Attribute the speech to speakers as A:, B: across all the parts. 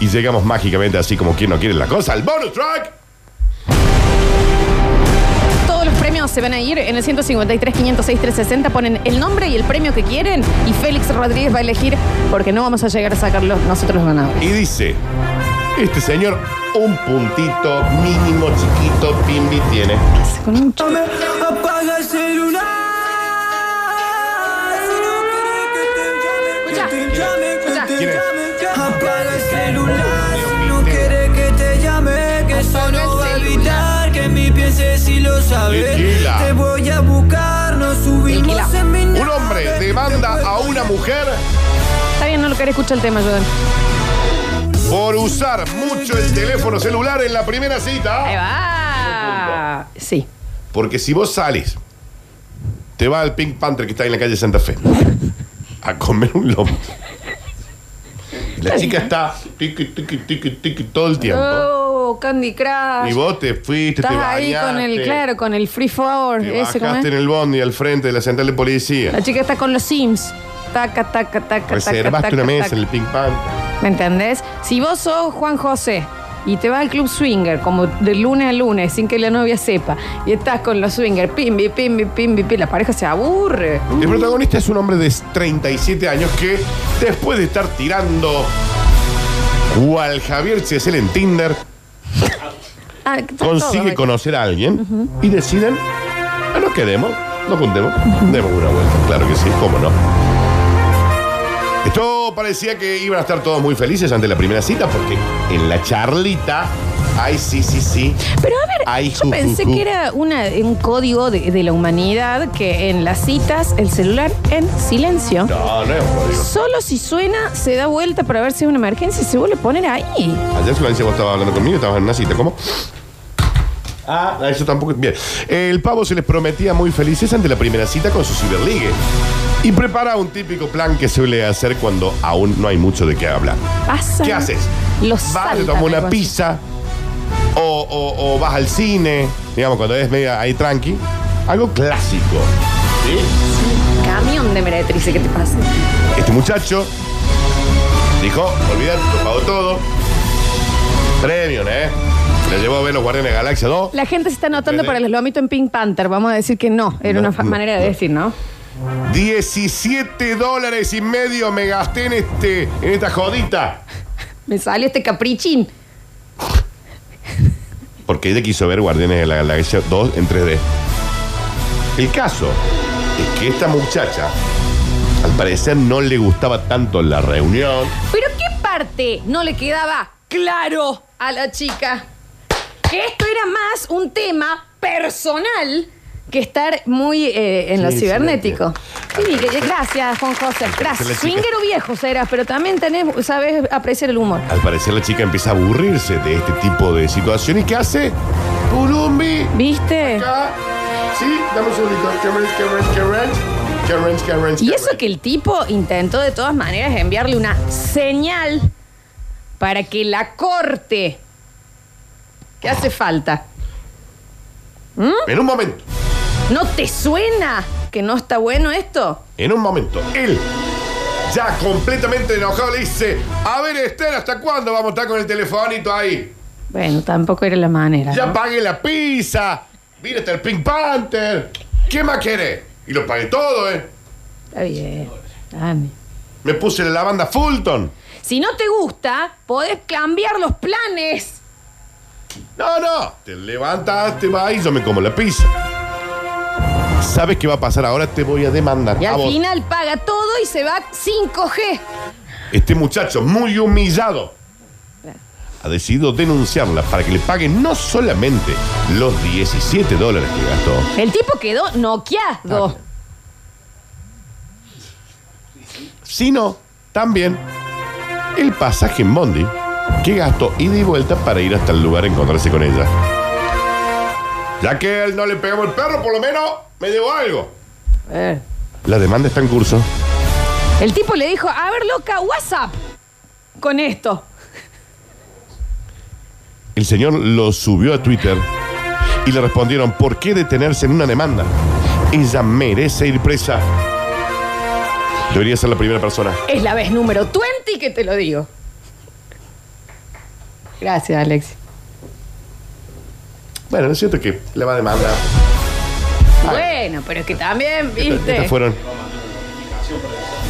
A: y llegamos mágicamente, así como quien no quiere la cosa, al bonus track.
B: Todos los premios se van a ir en el 153, 506, 360. Ponen el nombre y el premio que quieren y Félix Rodríguez va a elegir porque no vamos a llegar a sacarlo nosotros los ganadores.
A: Y dice, este señor un puntito mínimo chiquito pimbi tiene.
B: Con un ch-
C: Apaga el celular.
B: Escucha, escucha.
A: ¿Quién es?
C: Apaga el celular. Si no quiere que te llame, que eso
B: Apaga el
C: no va a
B: celular.
C: evitar que me pienses si lo sabes.
A: Tequila.
C: Te voy a buscar, nos
B: Tequila.
C: subimos en mi
A: Un hombre
C: nave.
A: demanda a una mujer
B: Está bien, no lo querés escuchar el tema, Jordan.
A: por usar mucho el teléfono celular en la primera
B: Ahí
A: cita.
B: va. Sí.
A: Porque si vos salís, te va al Pink Panther que está en la calle Santa Fe a comer un lomo. La chica está tiqui, tiqui, tiqui, tiqui todo el tiempo.
B: Oh, Candy Crush.
A: Y vos te fuiste, te
B: Estás ahí
A: bañaste.
B: con el, claro, con el free forward.
A: Te
B: Ese, ¿cómo
A: bajaste
B: es?
A: en el bondi al frente de la central de policía.
B: La chica está con los Sims. Taca, taca, taca, taca,
A: Reservaste
B: taca,
A: una mesa
B: taca.
A: en el Pink Panther.
B: ¿Me entendés? Si vos sos Juan José y te vas al club swinger como de lunes a lunes sin que la novia sepa y estás con los swingers, pimbi, pimbi, pimbi, pimbi, la pareja se aburre.
A: El protagonista es un hombre de 37 años que, después de estar tirando cual Javier Chesel en Tinder,
B: Ah, está todo,
A: consigue
B: güey.
A: conocer a alguien y deciden, "Ah, no queremos, no juntemos, demos una vuelta. Claro que sí, cómo no. Esto parecía que iban a estar todos muy felices ante la primera cita porque en la charlita, ay, sí, sí, sí.
B: Pero a ver,
A: Ay,
B: yo
A: ju, ju,
B: pensé
A: ju.
B: que era una- un código de, de la humanidad que en las citas el celular en silencio.
A: No, no es un código.
B: Solo si suena, se da vuelta para ver si es una emergencia y se vuelve a poner ahí.
A: Ayer Florencia vos estabas hablando conmigo, estabas en una cita, ¿cómo? Ah, eso tampoco. Bien. El pavo se les prometía muy felices ante la primera cita con su ciberligue. Y prepara un típico plan que suele hacer cuando aún no hay mucho de qué hablar.
B: Pasa.
A: ¿Qué haces? Vas,
B: Los
A: te
B: saltan,
A: tomas
B: algo
A: una
B: así.
A: pizza o, o- o vas al cine, digamos, cuando es media ahí tranqui. Algo clásico. ¿Sí?
B: Camión de meretrice, ¿qué te pasa?
A: Este muchacho dijo, olvidate, lo pago todo. Premium, ¿eh? Le llevó a ver los Guardianes de la Galaxia 2.
B: La gente se está anotando
A: Depende.
B: para los lomitos en Pink Panther. Vamos a decir que no. Era
A: No,
B: una fa-
A: no,
B: manera de
A: no.
B: decir, ¿no?
A: 17 dólares y medio me gasté en, este, en esta jodita.
B: Me sale este caprichín.
A: Porque ella quiso ver Guardianes de la Galaxia 2 en 3D. El caso es que esta muchacha, al parecer, no le gustaba tanto la reunión.
B: ¿Pero qué parte no le quedaba claro a la chica? Que esto era más un tema personal que estar muy eh, en lo
A: Sí,
B: cibernético.
A: sí,
B: Sí,
A: sí.
B: que- gracias, Juan José.
A: parecer la
B: Gracias.
A: chica-
B: Swingero viejo serás, pero también tenés, sabes apreciar el humor.
A: Al parecer, la chica empieza a aburrirse de este tipo de situaciones. ¿Y qué hace? ¡Turumbi!
B: ¿Viste?
A: Acá. Sí, dame un segundito. ¿Qué ranch, qué ranch, qué ranch? ¿Qué ranch, qué ranch,
B: Y
A: qué
B: eso
A: ranch?
B: que el tipo intentó de todas maneras enviarle una señal para que la corte. ¿Qué hace falta?
A: En un momento,
B: ¿No te suena que no está bueno esto?
A: en un momento, él, ya completamente enojado, le dice: A ver, Esther, ¿hasta cuándo vamos a estar con el telefonito ahí?
B: Bueno, tampoco era la manera.
A: Ya
B: ¿no?
A: pagué la pizza. Mira, está el Pink Panther. ¿Qué más querés? Y lo pagué todo, ¿eh?
B: Está bien. Dani.
A: Me puse la lavanda Fulton.
B: Si no te gusta, podés cambiar los planes.
A: No, no. Te levantas, te vas y yo me como la pizza. ¿Sabes qué va a pasar ahora? Te voy a demandar.
B: Y
A: a
B: al
A: vos.
B: final paga todo y se va 5G.
A: Este muchacho muy humillado ha decidido denunciarla para que le paguen no solamente los 17 dólares que gastó.
B: El tipo quedó noqueado.
A: Ah, sino también el pasaje en Bondi que gastó ida y vuelta para ir hasta el lugar a encontrarse con ella. Ya que él no le pegamos el perro, por lo menos me llevó algo.
B: Eh.
A: La demanda está en curso.
B: El tipo le dijo, a ver, loca, WhatsApp con esto.
A: El señor lo subió a Twitter y le respondieron, ¿por qué detenerse en una demanda? Ella merece ir presa. Debería ser la primera persona.
B: Es la vez número 20 que te lo digo. Gracias, Alexis.
A: Bueno, no es cierto que la va a demandar.
B: Bueno, pero es que también,
A: Estas
B: viste.
A: fueron.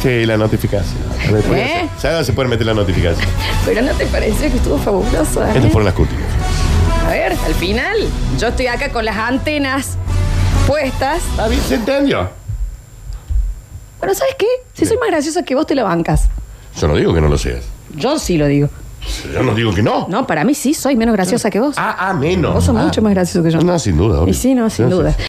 A: Sí, la notificación. A ver, puede
B: ¿Eh?
A: ser. ¿Sabes dónde se puede meter la notificación?
B: Pero no te pareció que estuvo fabuloso. eh?
A: Estas fueron las cúticas.
B: A ver, al final, yo estoy acá con las antenas puestas.
A: ¿Está bien? ¿Se entendió?
B: Pero ¿sabes qué? Si soy más graciosa que vos, te la bancas.
A: Yo no digo que no lo seas.
B: Yo sí lo digo.
A: Yo no digo que no.
B: No, para mí sí soy menos graciosa que vos.
A: Ah, ah, menos.
B: Vos sos
A: Ah.
B: mucho más gracioso que yo.
A: No, sin duda. obvio.
B: Y sí, no, sin duda.